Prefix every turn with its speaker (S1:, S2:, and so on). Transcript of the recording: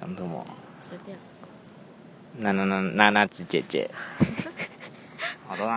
S1: 讲什么？
S2: 随便。
S1: 娜娜娜娜娜子姐姐。好的啦。